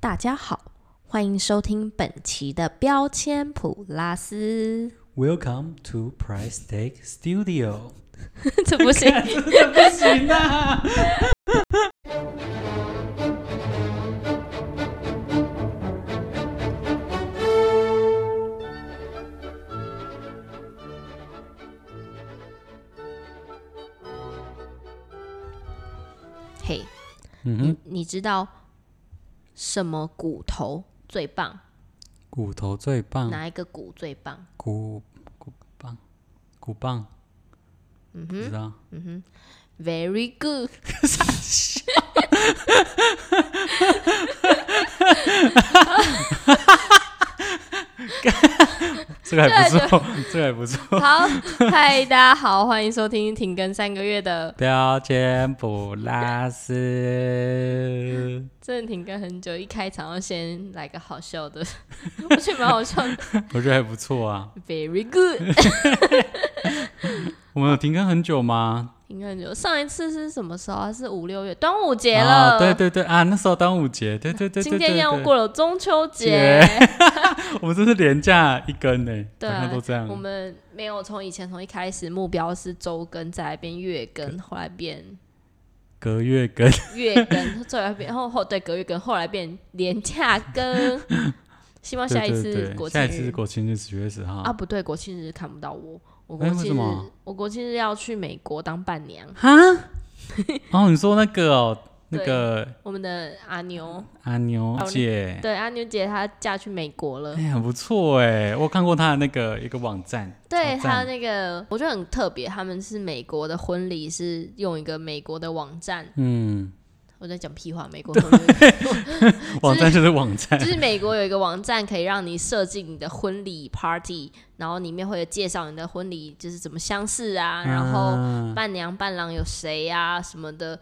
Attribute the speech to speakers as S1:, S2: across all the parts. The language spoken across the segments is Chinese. S1: 大家好，欢迎收听本期的标签普拉斯。
S2: Welcome to Price Tag Studio。
S1: 这不行，
S2: 真的不行啊！
S1: 嘿，
S2: 嗯
S1: 你
S2: 哼，
S1: 你知道什么骨头最棒？
S2: 骨头最棒，
S1: 哪一个骨最棒？
S2: 骨骨棒，骨棒，
S1: 嗯
S2: 不知
S1: 哼，
S2: 道。
S1: 嗯哼，Very good。
S2: 这个还不错，这个还不 错。
S1: 好，嗨，大家好，欢迎收听停更三个月的，
S2: 标签普拉斯，
S1: 真的停更很久，一开场要先来个好笑的， 我觉得蛮好笑的
S2: 我觉得还不错啊。
S1: ，Very good。
S2: 我们有停更很久吗？
S1: 停更很久，上一次是什么时候啊？是五六月，端午节了，
S2: 啊，对对对啊，那时候端午节，对对对对对
S1: 今天要
S2: 对
S1: 过了中秋节
S2: 节，我们这是廉价一根呢，
S1: 对啊
S2: 大家都这样
S1: 我。们没有从以前从一开始目标是周更，再来变月更，后来变
S2: 隔月更，
S1: 月更，再来变后后对隔月更，后来变廉价 更。希望下一
S2: 对
S1: 次
S2: 对
S1: 国
S2: 对，
S1: 庆
S2: 下
S1: 日
S2: 一次是国庆日十月十号
S1: 啊，不对，国庆日看不到我，我国
S2: 哎为什
S1: 庆日
S2: 么
S1: 我国庆日要去美国当伴娘，
S2: 哈？ 哦，你说那个哦，那
S1: 对
S2: 个
S1: 我们的阿妞，
S2: 阿牛姐，
S1: 对阿妞姐她嫁去美国了
S2: 哎、。很不错哎，我看过她的那个一个网站，
S1: 对，
S2: 超
S1: 还有
S2: 赞
S1: 那个，我觉得很特别，他们是美国的婚礼是用一个美国的网站，
S2: 嗯，
S1: 我在讲屁话，美国婚礼
S2: 网站就是网 站
S1: 就，是美国有一个网站可以让你设计你的婚礼 party，然后里面会有介绍你的婚礼就是怎么相识啊， 然后
S2: 啊
S1: 伴娘伴郎有谁啊什么的。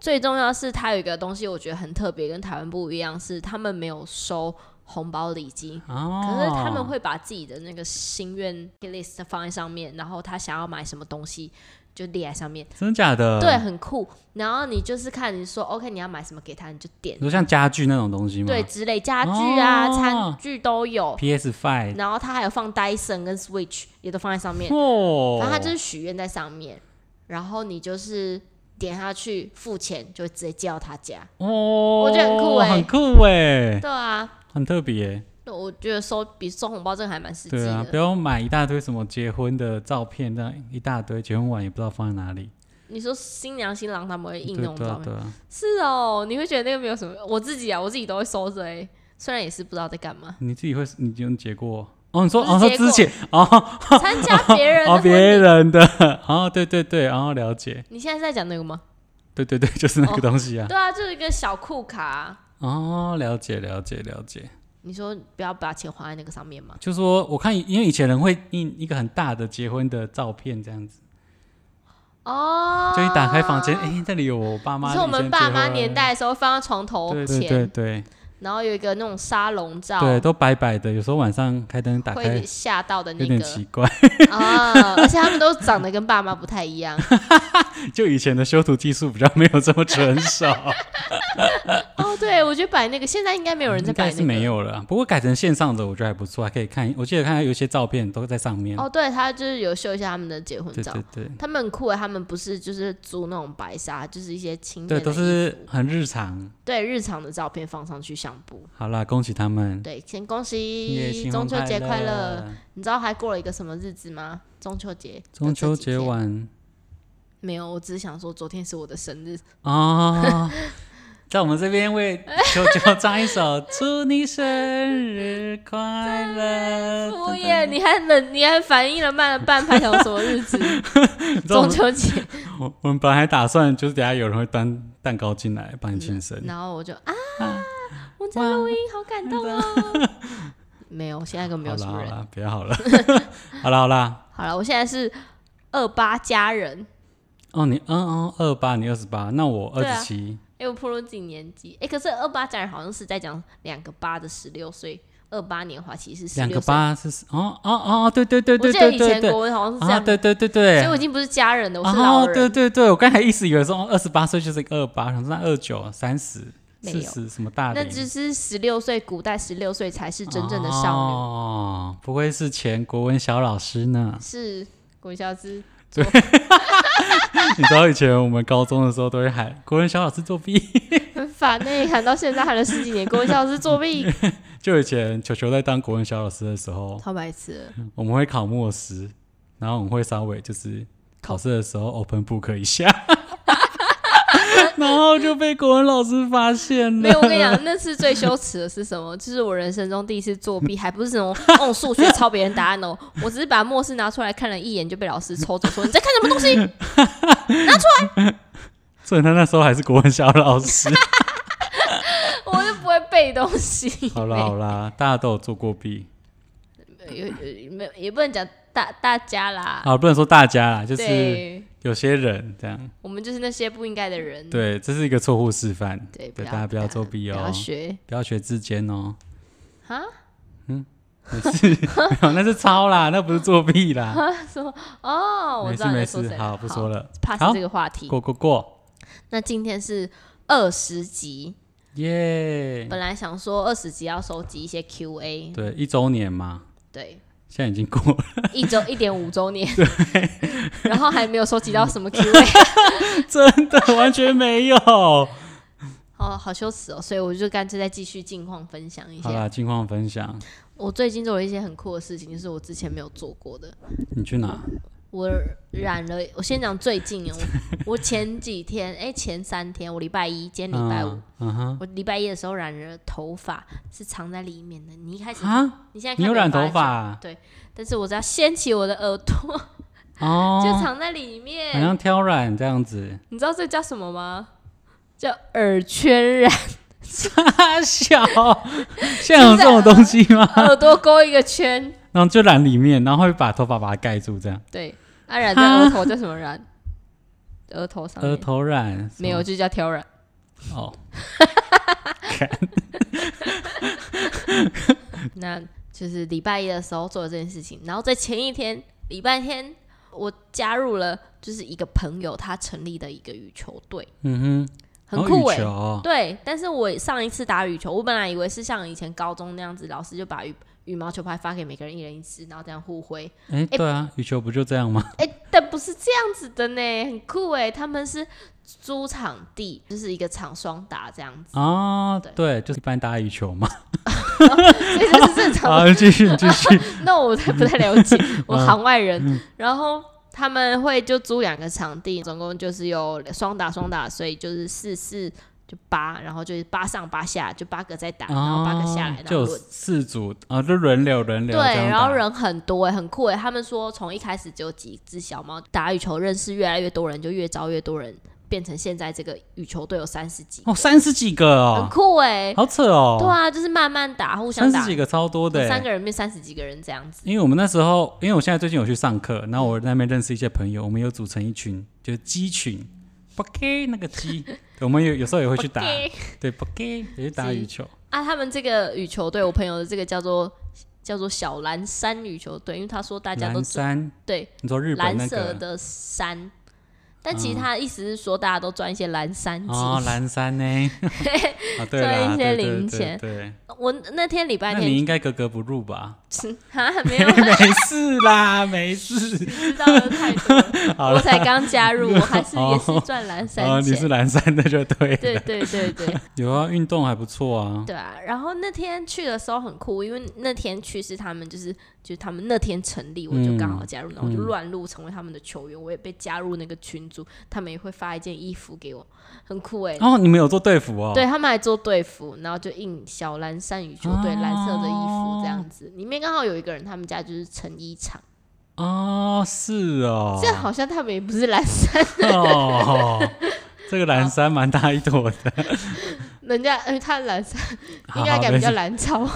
S1: 最重要是它有一个东西，我觉得很特别，跟台湾不一样，是他们没有收红包礼金。
S2: 哦，
S1: 可是他们会把自己的那个心愿 list 放在上面，然后他想要买什么东西就列在上面，
S2: 真的假的？
S1: 对，，很酷。然后你就是看你说 OK，你要买什么给他，你就点
S2: 你说像家具那种东西吗？
S1: 对，之类家具啊、
S2: 哦
S1: 餐具都有，
S2: ，PS Five
S1: 然后它还有放 Dyson 跟 Switch 也都放在上面，
S2: 哦，
S1: 反正它就是许愿在上面，然后你就是点下去付钱，就直接寄到他家。
S2: 哦，
S1: 我觉得很酷欸
S2: 很酷哎，
S1: 对啊，
S2: 很特别，
S1: 那我觉得收比收红包这个还蛮实际
S2: 对啊，不
S1: 的。
S2: 要买一大堆什么结婚的照片，这样一大堆，结婚完也不知道放在哪里，
S1: 你说新娘新郎他们会
S2: 对
S1: 印那种
S2: 对
S1: 照
S2: 啊
S1: 片，
S2: 对啊，，
S1: 是哦，你会觉得那个没有什么。我自己啊，我自己都会收着哎，虽然也是不知道在干嘛
S2: 你自己会你就结过哦？你说
S1: 不是
S2: 哦，说
S1: 结
S2: 之
S1: 果
S2: 前哦
S1: 参加别人的
S2: 哦
S1: 婚
S2: 别
S1: 礼。
S2: 人的哦，对对对，然后了解，
S1: 你现在在讲那个吗？
S2: 对对对，就是那
S1: 哦
S2: 个东西啊。
S1: 对啊，就是一个小库卡啊。
S2: 哦，了解了解了解，
S1: 你说不要把钱花在那个上面吗？
S2: 就说我看，因为以前人会印一个很大的结婚的照片这样子，
S1: 哦，
S2: 就一打开房间，哎、这里有我爸
S1: 你
S2: 妈。
S1: 说我们爸妈年。代的时候放在床头
S2: 对
S1: 前，
S2: 对对对
S1: 然后有一个那种沙龙照，
S2: 对，都白白的，有时候晚上开灯打开
S1: 会吓到的
S2: 有
S1: 那
S2: 点
S1: 个
S2: 奇怪，
S1: 啊，而且他们都长得跟爸妈不太一 样，
S2: 就以前的修图技术比较没有这么成熟，
S1: 哦，对我觉得摆那个现在应该没有人在
S2: 应
S1: 摆
S2: 该
S1: 那
S2: 是
S1: 个，
S2: 没有了。不过改成线上的，我觉得还不错，还可以看。我记得看到有一些照片都在上面。
S1: 哦，对他就是有秀一下他们的结婚
S2: 对
S1: 照
S2: 对，对，
S1: 他们很酷欸，他们不是就是租那种白纱，就是一些轻便
S2: 对
S1: 的
S2: 都
S1: 衣
S2: 是
S1: 服
S2: 很日常。
S1: 对日常的照片放上去相簿。
S2: 好啦，恭喜他们，
S1: 对，先恭
S2: 耶
S1: 喜
S2: 新
S1: 中
S2: 婚
S1: 秋节快乐！
S2: 乐！
S1: 你知道还过了一个什么日子吗？中秋节。
S2: 中秋节晚
S1: 没有，我只是想说，昨天是我的生日。
S2: 啊，在我们这边为 九九唱一首《祝你生日快乐》。
S1: 敷衍，哦你还冷，你还反应了慢了半拍，想什么日 子？中秋节。
S2: 我我们本来还打算就是等下有人会端蛋糕进来帮你庆生，
S1: 然后我就啊，我在录音，好感动哦。 没有，现在根本没
S2: 好
S1: 有什
S2: 啦
S1: 么
S2: 好
S1: 人。
S2: 啦，不要好了， 好啦好啦。
S1: 好了，我现在是二八家人。
S2: 哦，你嗯嗯二八，你二十八，那我
S1: 对
S2: 二
S1: 啊
S2: 十七，
S1: 哎、我破了自己年纪。哎、可是二八家人好像是在讲两个八的十六岁，二八年华其实是
S2: 两
S1: 16
S2: 个
S1: 岁。
S2: 八是哦哦哦，对对对
S1: 我
S2: 对
S1: 记得
S2: 对
S1: 以
S2: 对
S1: 前
S2: 对，
S1: 国文好像是这
S2: 啊
S1: 样，
S2: 对对对对，
S1: 所以我已经不是家人了，我是
S2: 哦，
S1: 老人。
S2: 对对对，我刚才一直以为说二十八岁就是一个二八，想说那二九三十，
S1: 没
S2: 四
S1: 有，
S2: 十什么大龄？
S1: 那只是十六岁，古代十六岁才是真正的少女，。
S2: 哦，不愧是前国文小老师呢
S1: 是滚小资。
S2: 你知道以前我们高中的时候都会喊国文小老师作弊，
S1: 很烦呢、喊到现在喊了十几年，国文老师作 弊，
S2: 就以前球球在当国文小老师的时候，
S1: 超白痴的。
S2: 我们会考默识，然后我们会稍微就是考试的时候 open book 一下，然后就被国文老师发现了。
S1: 没有，我跟你讲，那次最羞耻的是什么？就是我人生中第一次作弊，还不是那种 那种数学抄别人答案哦，我只是把默式拿出来看了一眼，就被老师抽走，说你在看什么东西？
S2: 所以他那时候还是国文小老 师。
S1: 我就不会背东西。
S2: 好啦好啦，大家都有做过弊，
S1: 有有没有也不能讲大大家啦，
S2: 好啊不能说大家啦，就是
S1: 对，嗯
S2: 有些人这样。
S1: 我们就是那些不应该的人。
S2: 对，这是一个错误示范，
S1: 对，
S2: 对大家不要作弊
S1: 不
S2: 哦
S1: 要，学
S2: 不要学自监哦。嗯
S1: 啊！
S2: 没有，那是抄啦，那不是作弊啦。
S1: 哦，我
S2: 没
S1: 知
S2: 事
S1: 道你
S2: 没
S1: 在说
S2: 事
S1: 谁，
S2: 好，不说了，
S1: p a
S2: 好
S1: s 这个话题。
S2: 过过过，
S1: 那今天是二十集，
S2: 耶！
S1: 本来想说二十集要收集一些 Q&A，
S2: 对，一周年嘛，
S1: 对，
S2: 现在已经过了，
S1: 一周一点五周年， 然后还没有收集到什么 Q&A，
S2: 真的完全没有。好
S1: 哦，好羞耻哦，所以我就干脆再继续近况分享一些。
S2: 啦，近况分享，
S1: 我最近做了一些很酷的事情，就是我之前没有做过的。
S2: 你去哪？
S1: 我染了，我先讲最近哦，我我前几天，哎、前三天，我礼拜一，今天礼 拜五，
S2: 嗯，嗯哼，
S1: 我礼拜一的时候染了头发，是藏在里面的。你一开始，
S2: 啊，
S1: 你现在看
S2: 你有
S1: 没
S2: 染
S1: 发
S2: 头
S1: 现
S2: 发，啊
S1: 但是我只要掀起我的耳朵，就
S2: 哦，
S1: 藏在里
S2: 好
S1: 面。
S2: 像挑染这样 子，
S1: 你知道这叫什么吗？叫耳圈染，
S2: 大小，现在有这种东西吗？
S1: 耳朵勾一个圈。
S2: 然后就染里面，然后会把头发把它盖住，这样
S1: 对，啊，染在额头叫什么 染？额头上面
S2: 额头染
S1: 没有，
S2: 什
S1: 就叫挑染。
S2: 么哦，
S1: 那就是礼拜一的时候做的这件事情，然后在前一天礼拜天，我加入了就是一个朋友他成立的一个羽球队，
S2: 嗯哼，
S1: 很
S2: 哦
S1: 酷
S2: 羽
S1: 哎、
S2: 球哦
S1: 对，但是我上一次打羽球，我本来以为是像以前高中那样子，老师就把羽羽毛球拍发给每个人一人一支，然后这样互挥。
S2: 哎，对啊，羽球不就这样吗？
S1: 哎、但不是这样子的呢，很酷哎、他们是租场地，就是一个场双打这样 子，
S2: 哦，对，就是一般打羽球嘛。
S1: 所以这是正常的
S2: 好，继续继续，
S1: 那我太不太了解，
S2: 嗯
S1: 我行外人。然后他们会就租两个场地，总共就是有双打双打，所以就是四四就八，然后就是八上八下，就八个在打，然后八个下来，
S2: 哦
S1: 然
S2: 就
S1: 后
S2: 有
S1: 轮。
S2: 四组啊，就轮流轮流
S1: 对
S2: 这样，
S1: 然后
S2: 打
S1: 人很多哎、很酷哎、他们说从一开始只有几只小猫，打羽球认识越来越多人，就越招越多人，变成现在这个羽球队有三十几，
S2: 哦，三十几个
S1: 很
S2: 哦，
S1: 酷哎、
S2: 好扯哦，
S1: 对啊，就是慢慢打，互相
S2: 三
S1: 打，
S2: 十几个超多的
S1: 从三
S2: 欸。
S1: 个人变三十几个人这样子。
S2: 因为我们那时候，因为我现在最近有去上课，然后我在那边认识一些朋友，我们有组成一群，就是鸡群 b o k 那 个鸡，对我们有有时候也会去打，对 b o k 也去打
S1: 是
S2: 羽球。
S1: 啊，他们这个羽球队，我朋友的这个叫做叫做小蓝山羽球队，因为他说大家都
S2: 蓝山，
S1: 对
S2: 你说日本
S1: 蓝
S2: 那
S1: 色
S2: 个嗯
S1: 的山，但其实他的意思是说大家都赚一些蓝山金。
S2: 哦，蓝山呢？ 啊，对
S1: 赚
S2: 啦，
S1: 一些
S2: 对对
S1: 零
S2: 对
S1: 钱
S2: 对，
S1: 我那天礼拜
S2: 那你
S1: 天
S2: 应该格格不入吧？
S1: 啊，没有
S2: 没事啦，没事。
S1: 知道的太多了，
S2: 好
S1: 我
S2: 了，
S1: 才刚加入，我还是也是
S2: 哦
S1: 赚蓝
S2: 哦，
S1: 山
S2: 你是
S1: 钱。
S2: 蓝山的就 对
S1: 对
S2: 了。
S1: 对对对
S2: 有啊，运动还不错啊。
S1: 对啊！然后那天去的时候很酷，因为那天去是他们就是就他们那天成立，我就刚好加入，然后我就
S2: 嗯
S1: 乱入成为他们的球员，我也被加入那个群组，他们也会发一件衣服给我，很酷哎、
S2: 哦，你们有做队服哦？
S1: 对他们还做队服，然后就印小蓝山羽球队、
S2: 哦
S1: 蓝色的衣服这样子，里面刚好有一个人，他们家就是成衣厂，
S2: 哦，是哦。
S1: 这好像他们也不是蓝山，
S2: 哦，这个蓝山蛮大一坨的。
S1: 人家 因为他蓝山 应
S2: 好
S1: 该
S2: 好
S1: 改
S2: 没
S1: 名叫
S2: 事，
S1: 蓝超，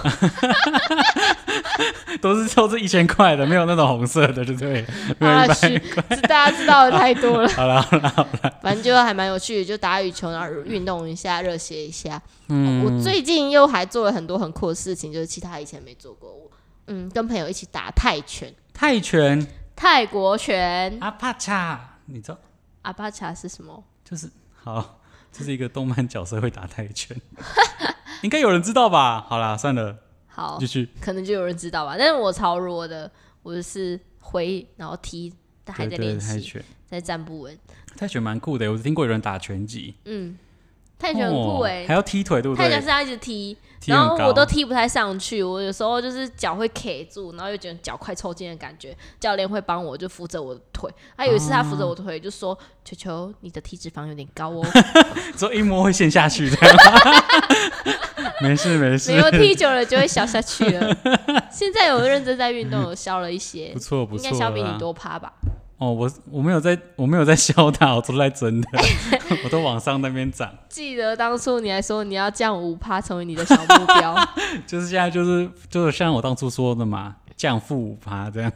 S2: 都是都是一千块的，没有那种红色的，就对了。没有一
S1: 啊
S2: 般
S1: 是，这大家知道的太多了。
S2: 好了，好了
S1: 反正就还蛮有趣的，就打羽球，然后运动一下，热血一下。
S2: 嗯
S1: 我最近又还做了很多很酷的事情，就是其他以前没做过。我嗯，跟朋友一起打泰拳、
S2: 泰拳
S1: 泰国拳。
S2: 阿帕恰，你知道
S1: 阿巴恰是什么？
S2: 就是好这是一个动漫角色会打太极 拳，应该有人知道吧？好啦，算了，
S1: 好
S2: 继，续。
S1: 可能就有人知道吧。但是我超弱的，我就是挥然后踢，但还
S2: 对
S1: 在
S2: 对，
S1: 练
S2: 太极
S1: 习，
S2: 拳，
S1: 在站不稳。
S2: 太极拳蛮酷的，我听过有人打拳击，
S1: 嗯，太极拳很酷哎、
S2: 哦还要踢腿，对不
S1: 太极拳
S2: 对
S1: 是？要一直踢，
S2: 踢
S1: 然
S2: 很
S1: 后我
S2: 高
S1: 都。踢不太上去，我有时候就是脚会 K 住，然后又觉得脚快抽筋的感觉。教练会帮我就扶着我的腿，他有一次他扶着我的腿就说：“球球，你的体脂肪有点高 哦。
S2: 所以一摸会陷 下去的。 没事没”
S1: 没
S2: 事，
S1: 有踢久了就会消下去了。现在有认真在运动，有消了一些
S2: 不，错不
S1: 应该
S2: 错啦。
S1: 消比你多趴吧？
S2: 哦，我我没有在，我没有在笑他，我都在真的， 我都往上那边长。
S1: 记得当初你还说你要降五趴成为你的小目 标，
S2: 就是现在就是就是像我当初说的嘛，降负五趴这样。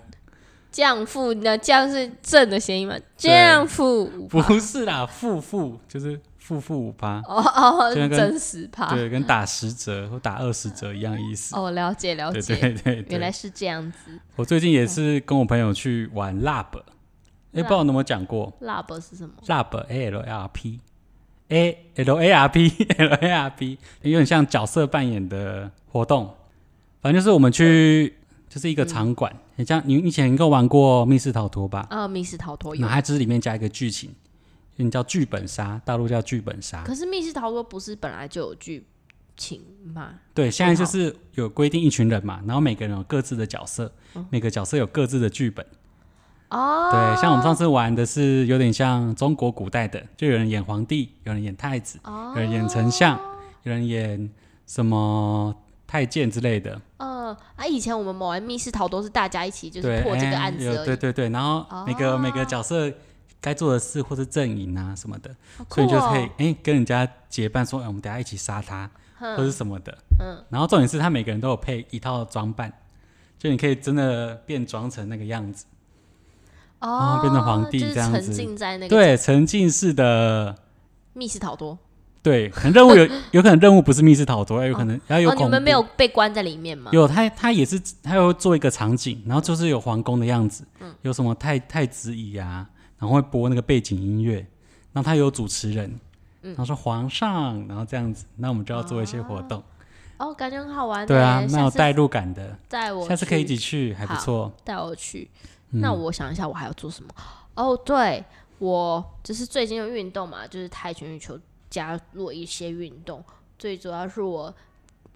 S1: 降负那降是正的谐音嘛？降负五趴
S2: 不 是啦，负负就是负负五趴，
S1: 哦哦，
S2: 就那个
S1: 真实趴
S2: 对，跟打十折或打二十折一样意思。
S1: 哦，了解了
S2: 对
S1: 解。
S2: 对对对。
S1: 原来是这样子。
S2: 我最近也是跟我朋友去玩 Lab，哎、不知道你有没有讲过
S1: Lab 是什么？
S2: Lab A L A R P A L A R P L A R P，有点像角色扮演的活动。反正就是我们去，就是一个场馆，很像你你以前应该玩过密室逃脱吧？
S1: 啊，密室逃脱有
S2: 然，后它只是里面加一个剧情，你叫剧本杀，大陆叫剧本杀。
S1: 可是密室逃脱不是本来就有剧情吗？
S2: 对，现在就
S1: 好
S2: 是有规定一群人嘛，然后每个人有各自的角色，每个角色有各自的剧本。
S1: 嗯哦，
S2: 对，像我们上次玩的是有点像中国古代的，就有人演皇帝，有人演太子，
S1: 哦
S2: 有人演丞相，有人演什么太监之类的。
S1: 呃，啊，以前我们玩密室逃脱是大家一起就是
S2: 对，
S1: 破这个
S2: 哎
S1: 案子
S2: 有
S1: 而
S2: 对
S1: 已，哦
S2: 对对，然后每个、每个角色该做的事或是阵营啊什么的，所以你
S1: 哦
S2: 就可以哎、跟人家结伴说，哎、我们等一下一起杀他，或是什么的。嗯，然后重点是他每个人都有配一套装扮，就你可以真的变装成那个样子。
S1: 哦
S2: 哦变成皇帝
S1: 就是
S2: 这样
S1: 沉
S2: 子
S1: 浸在那个
S2: 对，沉浸式的。
S1: 密室逃脱。
S2: 对，可能 任务有有可能任务不是密室逃脱，哎有可能然后有
S1: 哦，
S2: 恐怖。
S1: 你们没有被关在里面吗？
S2: 有他他也是他有做一个场景，然后就是有皇宫的样子，
S1: 嗯
S2: 有什么太太子椅啊，然后会播那个背景音乐，然后他有主持人，
S1: 嗯
S2: 然后说皇上，然后这样子，那我们就要做一些活动。
S1: 哦，感觉很好玩。欸
S2: 对啊，蛮
S1: 下
S2: 有
S1: 次
S2: 代入感的，
S1: 带我，
S2: 下次可以一起去，还不错。
S1: 带我去。那我想一下，我还要做什么？哦，对我就是最近的运动嘛，就是跆拳、羽球加入一些运动。最主要是我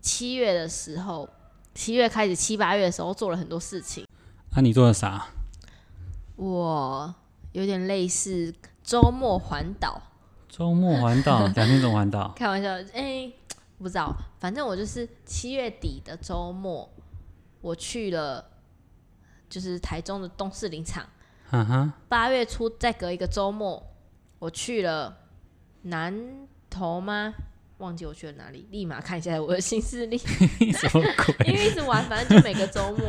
S1: 七月的时候，七月开始，七八月的时候做了很多事情。
S2: 那、啊你做了啥？
S1: 我有点类似周末环岛，
S2: 周末 环岛，两天怎么环岛？
S1: 开玩笑，哎、不知道，反正我就是七月底的周末，我去了就是台中的东势林场。
S2: 哈 啊哈，
S1: 八月初再隔一个周末，我去了南投吗？忘记我去了哪里，立马看一下我的行事 历，
S2: 什么
S1: 因
S2: 鬼？
S1: 为一直玩，反正就每个周 末，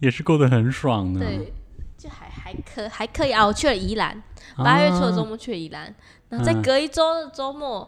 S2: 也是过得很爽呢。
S1: 对，就还还可还可以啊。我去了宜兰，
S2: 啊
S1: 八月初的周末去了宜兰，然后
S2: 嗯
S1: 再隔一周的周末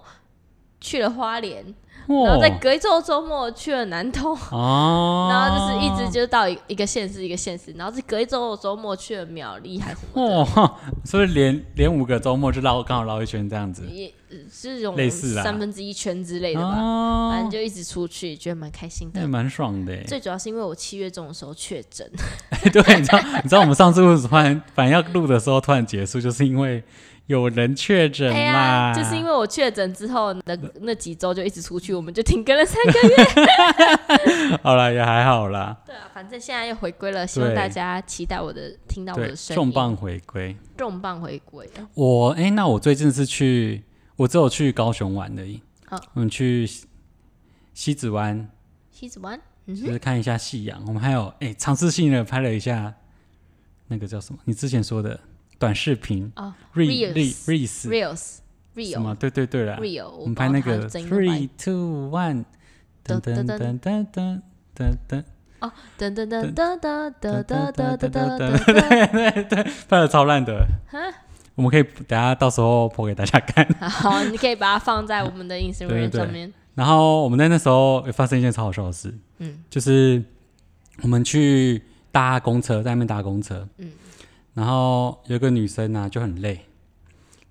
S1: 去了花莲，然后再
S2: 哦，
S1: 隔一周的周末去了南 投，
S2: 哦
S1: 然后就是一直就到一一个县市一个县市，然后再隔一周的周末去了苗栗还是什么的。
S2: 哦，所以连连五个周末就绕刚好绕一圈这样子，
S1: 也呃是这种
S2: 类似啦
S1: 三分之一圈之类的吧，反正
S2: 哦，嗯
S1: 就一直出去，觉得蛮开心
S2: 那
S1: 的
S2: 也。蛮爽的耶。
S1: 最主要是因为我七月中的时候确诊，
S2: 对，你知道你知道我们上次为什么突然反正要录的时候突然结束，就是因为有人确诊
S1: 哎
S2: 啦，
S1: 呀，就是因为我确诊之后的那几周就一直出去，我们就停更了三个月。
S2: 好啦，也还好啦，
S1: 对啊，反正现在又回归了，希望
S2: 对
S1: 大家期待我的听到我
S2: 对
S1: 的，声音，
S2: 重磅回归。
S1: 重磅回归。
S2: 我哎、那我最近是去，我只有去高雄玩而已。
S1: 哦
S2: 我们去西西子湾，
S1: 西子湾
S2: 就是看一下夕阳。我们还有哎，尝、试性的拍了一下那个叫什么？你之前说的短视频
S1: 哦
S2: r
S1: Reels
S2: e r e r e s
S1: ，Reels
S2: 什
S1: Reels
S2: 么？对对对啦，
S1: Reels，
S2: 我们拍那个
S1: 真
S2: three two one，噔噔噔噔噔噔噔，
S1: 噔噔噔噔噔噔噔噔噔噔噔，
S2: 对对对，拍的超烂的。我们可以等下到时候播给大家看。
S1: 好，你可以把它放在我们 的 Instagram 上面。
S2: 然后我们在那时候也发生一件超好笑的事，
S1: 嗯，
S2: 就是我们去搭公车，在那边搭公车，嗯，然后有一个女生啊就很累，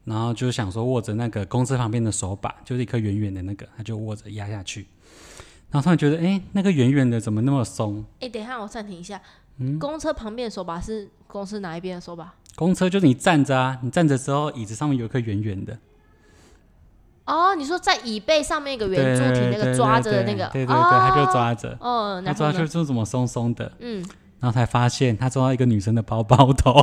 S2: 然后就想说握着那个公司旁边的手把，就是一颗圆圆的那个，他就握着压下去。然后突然觉得，哎、那个圆圆的怎么那么松？
S1: 哎、等一下，我暂停一下。
S2: 嗯
S1: 公车旁边的手把是公司哪一边的手把？
S2: 公车就是你站着啊，你站着之后，椅子上面有一颗圆圆的，
S1: 哦，你说在椅背上面一个圆柱体那
S2: 对对
S1: 个
S2: 对
S1: 抓着的
S2: 对
S1: 那个，
S2: 对对对，
S1: 哦
S2: 他就抓着，
S1: 哦，
S2: 他
S1: 然后
S2: 抓
S1: 呢
S2: 就是怎么松松的，
S1: 嗯，
S2: 然后才发现他抓到一个女生的包包 头，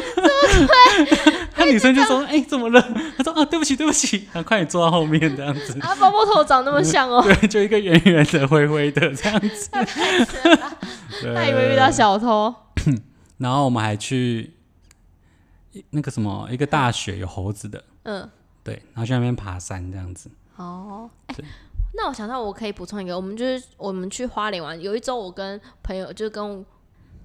S2: 那女生就说：“哎、怎么了？”他说：“啊，对不起，对不起。”然后快点坐到后面这样子，
S1: 啊，包包头长那么像哦，
S2: 对，就一个圆圆的、灰灰的这 样子。
S1: 那以为遇到
S2: 对
S1: 小偷，
S2: 然后我们还去一那个什么一个大学有猴子的，
S1: 嗯，
S2: 对，然后去那边爬山这样子。
S1: 哦，哎
S2: 对，
S1: 那我想到我可以补充一个，我们就是我们去花莲玩，有一周我跟朋友就跟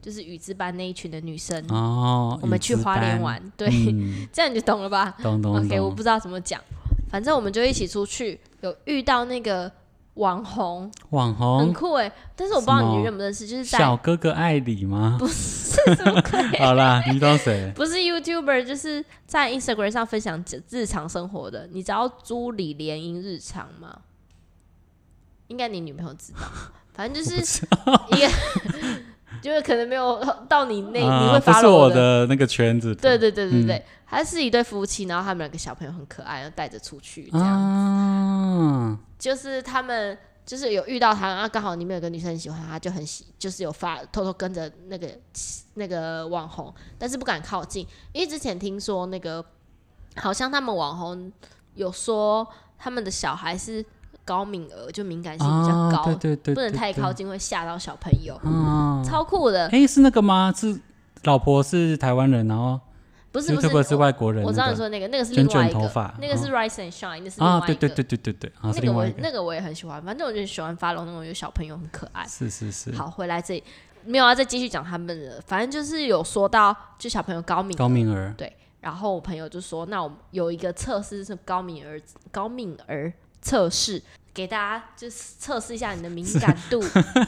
S1: 就是宇智班那一群的女生，
S2: 哦，
S1: 我们
S2: 椅
S1: 去
S2: 子
S1: 花莲
S2: 班，
S1: 玩，对，
S2: 嗯，
S1: 这样你就懂了吧？
S2: 懂 懂
S1: OK，我
S2: 懂
S1: 不。知道怎么讲，反正我们就一起出去，有遇到那个网红，
S2: 网
S1: 很
S2: 红
S1: 酷哎、但是我不知道
S2: 什么
S1: 你认不认识，就是在
S2: 小哥哥艾里吗？
S1: 是什么鬼？
S2: 好啦，你知道谁？
S1: 不是 YouTuber，就是在 Instagram 上分享日常生活的。你知道朱李莲英日常吗？应该你女朋友知 道，反正就是
S2: 啊
S1: 一个， 就是可能没有到你那，你会
S2: 啊不
S1: 发
S2: 是
S1: 了
S2: 我
S1: 的。
S2: 的那嗯个圈子。
S1: 对对对对对，他是一对夫妻，然后他们两个小朋友很可爱，然后带着出去这样。
S2: 啊，
S1: 就是他们就是有遇到他，然后刚好里面有个女生很喜欢他，就很喜，就是有发偷偷跟着那个那个网红，但是不敢靠近，因为之前听说那个好像他们网红有说他们的小孩是高敏儿，就敏感性比较
S2: 啊
S1: 高，
S2: 对对对，
S1: 不能太靠
S2: 近。
S1: 近会吓到小朋友，
S2: 啊，
S1: 超酷的。
S2: 哎，是那个吗？是老婆是台湾人，然后
S1: 不是不
S2: YouTube 是
S1: 是，我
S2: 外国人那个。
S1: 我知道你说的那个，那个是
S2: 卷
S1: 另外一
S2: 卷头
S1: 个
S2: 发，
S1: 那个是
S2: 哦
S1: Rise and Shine，那是另外一
S2: 啊，
S1: 个。
S2: 对对对对对对，啊，是
S1: 那个
S2: 另
S1: 我
S2: 外一
S1: 也
S2: 个，
S1: 那个我也很喜欢，反正我就喜欢发龙那种有小朋友很可爱。
S2: 是是是，
S1: 好，回来这里没有要啊再继续讲他们了，反正就是有说到就小朋友高敏，
S2: 高敏儿
S1: 然后我朋友就说，那我们有一个测试是高敏儿高敏儿测试，给大家就是测试一下你的敏感 度，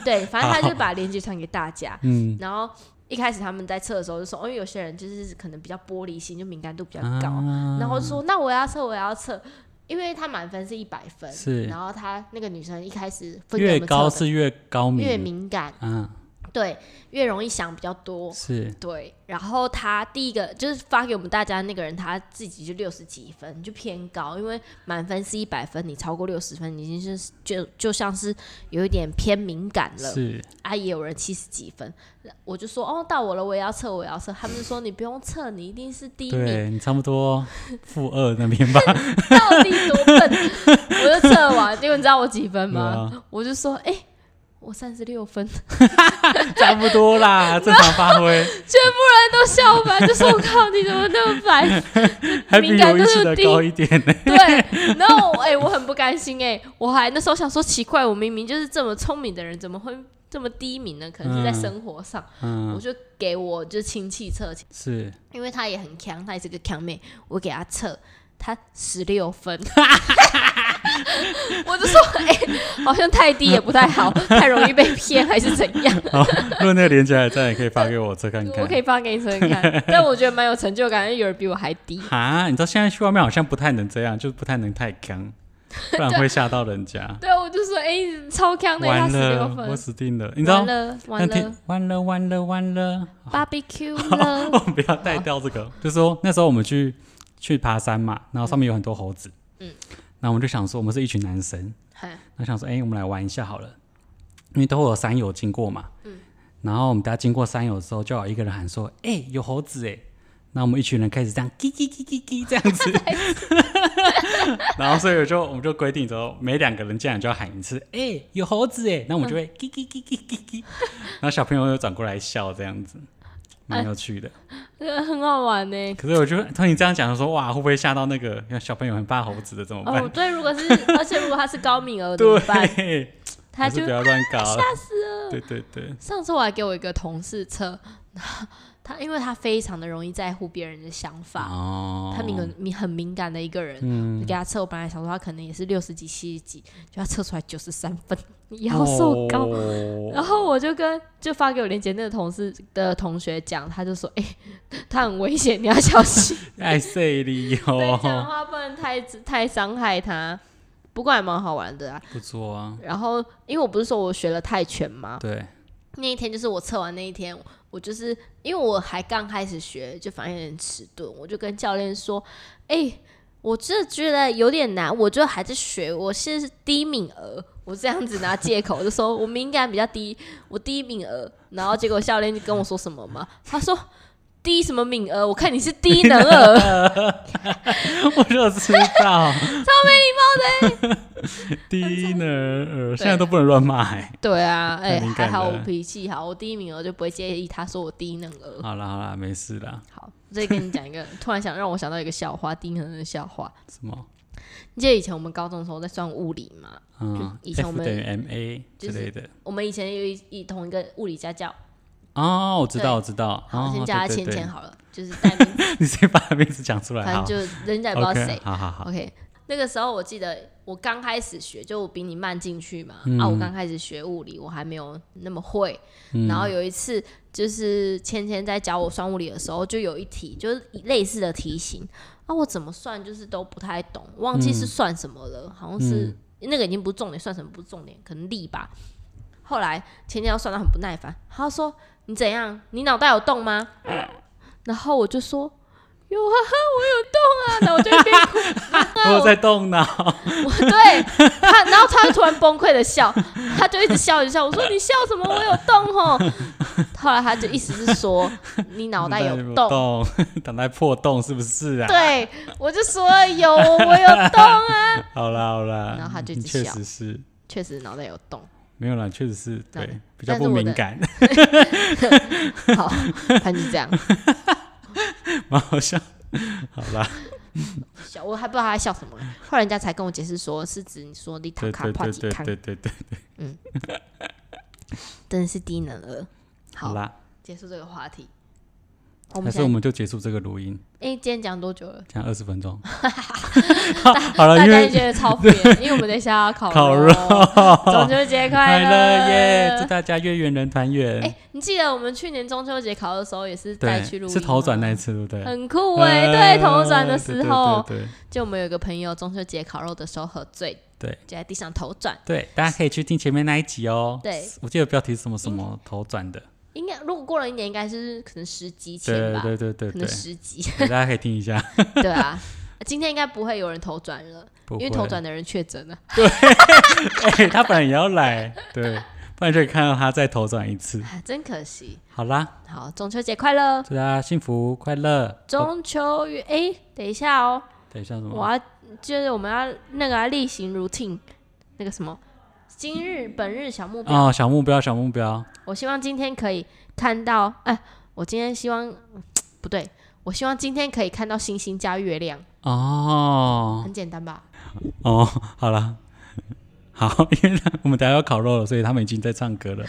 S1: 对，反正他就把链接传给大家，
S2: 嗯，
S1: 然后。一开始他们在测的时候就说，哦，因为有些人就是可能比较玻璃心，就敏感度比较高，
S2: 啊
S1: 然后就说那我也要测，我也要测，因为他满分是一百分，
S2: 是
S1: 然后他那个女生一开始分给我
S2: 越
S1: 们
S2: 高
S1: 测的
S2: 是越高敏，
S1: 越敏感，
S2: 嗯，
S1: 对，越容易想比较多。
S2: 是
S1: 对，然后他第一个就是发给我们大家那个人，他自己就六十几分，就偏高，因为满分是一百分，你超过六十分，你已经是就就像是有一点偏敏感了。
S2: 是，
S1: 啊，也有人七十几分，我就说哦，到我了，我也要测，我也要测。他们就说你不用测，你一定是第一名，
S2: 对你差不多负二那边吧，
S1: 到底多笨？ 我就测完，结果你知道我几分吗？
S2: 对啊
S1: 我就说哎、我三十六分，
S2: 差不多啦，正常发挥，
S1: 全部人都笑翻，就说我靠，你怎么那么白
S2: 还比
S1: 敏感
S2: 我预
S1: 度
S2: 期
S1: 又
S2: 的
S1: 低
S2: 高一点 呢，
S1: 对，然后哎、我很不甘心哎、我还那时候想说奇怪，我明明就是这么聪明的人，怎么会这么低迷呢？可能是在生活上，我
S2: 嗯，
S1: 就给我就亲戚测，
S2: 是
S1: 因为她也很强，她也是个强妹，我给她测，她十六 分。我就说，哎、好像太低也不太 好，太容易被骗还是怎样？
S2: 好，如果那个链接还在，你可以发给 我这看
S1: 我
S2: 看
S1: 可。以发给你测看，但我觉得蛮有成就感，因为有人比我还低。
S2: 哈，你知道现在去外面好像不太能这样，就是不太能太 强，不然会吓到人家。
S1: 对，我就说，哎、超强的，她
S2: 完
S1: 十六
S2: 了，
S1: 分
S2: 我，死定了，你知道
S1: 完？了，
S2: 那
S1: 完了
S2: 天。完了完了完了，
S1: barbecue 了，
S2: 我们不要带掉这
S1: 哦
S2: 个。就说那时候我们去去爬山嘛，然后上面有很多猴子，嗯
S1: 嗯，
S2: 那我们就想说，我们是一群男生，
S1: 嗨
S2: 那想说，哎、我们来玩一下好了，因为都会有山友经过嘛，嗯，然后我们大家经过山友的时候，就有一个人喊说，哎、有猴子哎、那我们一群人开始这样，叽叽叽叽叽 这样子， 然后所以我就我们就规定之后，每两个人进来就要喊一次，哎、有猴子 哎，那我们就会叽叽叽叽叽叽，然后小朋友又转过来笑这样子，蛮有趣的。
S1: 呃很好玩呢、
S2: 可是我就听你这样讲的时候，哇，会不会吓到那个小朋友很怕猴子的怎么办？
S1: 哦，对，如果 是，而且如果他是高敏儿怎么办？
S2: 对，
S1: 他
S2: 还是
S1: 就
S2: 不要乱搞了，吓死了。对对对，
S1: 上次我还给我一个同事测， 他因为他非常的容易在乎别人的想法，
S2: 哦，
S1: 他敏感敏很敏感的一个人，
S2: 嗯
S1: 就给他测，我本来想说他可能也是六十几、七十几，就他测出来九十三分，腰瘦高。
S2: 哦
S1: 然后我就跟就发给我连姐那个同事的同学讲，他就说：“哎、 他很危险，你要小心。
S2: 爱碎 里
S1: 讲
S2: 哦，
S1: 话不能太太伤害他。”不过还蛮好玩的啊。
S2: 不错啊，
S1: 然后因为我不是说我学了泰拳吗？
S2: 对，
S1: 那一天就是我测完那一天，我就是因为我还刚开始学，就反应有点迟钝，我就跟教练说：“哎、我这觉得有点难，我就还在学，我是低敏儿。”我这样子拿借口，我就说我敏感比较低，我低敏儿。然后结果教练就跟我说什么嘛？他说。低什么敏儿？我看你是低能儿，
S2: 我就知道，超
S1: 欸
S2: 没礼貌的， 低能儿，现在都不能乱骂哎。
S1: 对啊，哎、
S2: 太敏感
S1: 还好我
S2: 了
S1: 脾气好，我低敏儿就不会介意他说我低能儿。
S2: 好啦好啦，没事啦，
S1: 好，再跟你讲一个，突然想让我想到一个笑话，低能儿的笑话。
S2: 什么？
S1: 你记得以前我们高中的时候在算物理嘛？
S2: 嗯
S1: 就以前我
S2: ，F
S1: 们
S2: 等于 m a 之
S1: 就是
S2: 类的。
S1: 我们以前有一一同一个物理家教，
S2: 哦，我知
S1: 对
S2: 道我知道，
S1: 好，
S2: 哦，
S1: 先叫他
S2: 对
S1: 芊
S2: 对
S1: 芊好了，就是代名 词，
S2: 对 你先把名字讲出来，
S1: 反
S2: 好
S1: 正就人家也不知道
S2: OK，
S1: 谁。
S2: 好好好，
S1: OK，那个时候我记得我刚开始学，就我比你慢进去嘛。
S2: 嗯
S1: 啊，我刚开始学物理，我还没有那么会。
S2: 嗯
S1: 然后有一次，就是芊芊在教我算物理的时候，就有一题就是类似的题型，啊，我怎么算就是都不太懂，忘记
S2: 嗯
S1: 是算什么了，好像是、那个已经不是重点，算什么不是重点，可能力吧。后来芊芊要算到很不耐烦，她说：“你怎样？你脑袋有洞吗？”然后我就说：“有啊，我有洞啊。”然后我就一边哭，
S2: 我有在动脑，
S1: 我 对他，然后他就突然崩溃的笑，他就一直笑一直笑。我说你笑什么？我有洞哦。 后来他就意思是说你脑袋 有
S2: 有
S1: 洞。
S2: 洞，脑袋破洞是不是啊？
S1: 对，我就说有，我有洞啊。
S2: 好啦好啦，
S1: 然后他就一
S2: 嗯
S1: 直
S2: 确
S1: 笑
S2: 实是
S1: 确实脑袋有洞。
S2: 没有啦，确实是
S1: 那
S2: 对比较
S1: 但是
S2: 不
S1: 我的
S2: 敏感，
S1: 好，他就这样
S2: 蛮好笑。好啦，
S1: 笑，我还不知道他在笑什么。后来人家才跟我解释说，是指你说你塔
S2: 对
S1: 卡
S2: 对
S1: 帕
S2: 对
S1: 吉
S2: 对
S1: 康，
S2: 对对对，
S1: 真的是低能儿。好
S2: 好，啦，
S1: 结束这个话题。我
S2: 还
S1: 们
S2: 是
S1: 现
S2: 我
S1: 在，
S2: 们就结束这个录音，
S1: 哎、今天讲多久了？
S2: 讲二十 分钟。 好好了，
S1: 大
S2: 啊因
S1: 家就
S2: 为
S1: 觉得超扁，因为我们等一下要烤
S2: 烤
S1: 肉
S2: 肉，
S1: 中秋节快
S2: 快乐
S1: 乐
S2: 耶，祝！大家月圆人团
S1: 哎、
S2: 圆。
S1: 你记得我们去年中秋节烤肉的时候也是带
S2: 对
S1: 去录，音
S2: 是头转那一
S1: 吗
S2: 次，对不对？
S1: 很酷哎、
S2: 呃
S1: 对，头转的时候，
S2: 对对对
S1: 就我们有一个朋友中秋节烤肉的时候喝醉，
S2: 对
S1: 就在地上头转。
S2: 对对大家可以去听前面那一集哦。
S1: 对，
S2: 我记得标题是什么什么头转的，
S1: 应该如果过了一年，应该是可能十集前
S2: 对
S1: 吧，
S2: 对对对
S1: 可
S2: 对
S1: 能，十集，
S2: 对大家可以听一下。
S1: 对啊。今天应该不会有人头转了，
S2: 不
S1: 因为
S2: 会
S1: 头转的人确诊了。
S2: 哎、他本来也要来，对，不然就可以看到他再头转一次。
S1: 哎，真可惜。
S2: 好啦，
S1: 好，中秋节快乐！
S2: 祝大家幸福快乐。哦
S1: 中秋月，哎、等一下哦，
S2: 等一下什
S1: 我
S2: 么？
S1: 要就是我们要那个啊例行 routine 那个什么，今日本日小目标。
S2: 哦，小目标，小目标，
S1: 我希望今天可以看到，哎，我今天希望不对，我希望今天可以看到星星加月亮，
S2: 哦
S1: 很简单吧？
S2: 哦，好啦， 好，因为他我们等一下要烤肉了，所以他们已经在唱 歌了。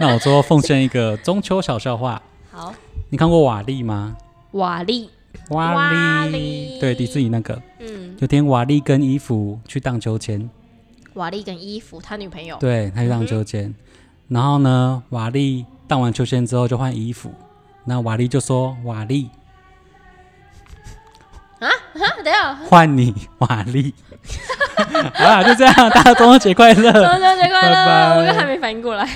S2: 那我最后奉献一个中秋小笑话，
S1: 好，
S2: 你看过瓦力吗？
S1: 瓦力，瓦
S2: 瓦
S1: 力
S2: 对，迪士尼那个，
S1: 嗯，
S2: 有天瓦力跟衣服去荡秋千，
S1: 瓦力跟衣服，他女朋友，
S2: 对，他去荡秋千，然后呢，瓦力荡完秋千之后就换衣服，那瓦力就说：“瓦力，
S1: 啊，等一 下，
S2: 换你，瓦力。 ”好啦，就这样，大家中秋节快乐。
S1: 中秋节快
S2: 拜
S1: 乐！
S2: 拜
S1: 我又还没反应过来。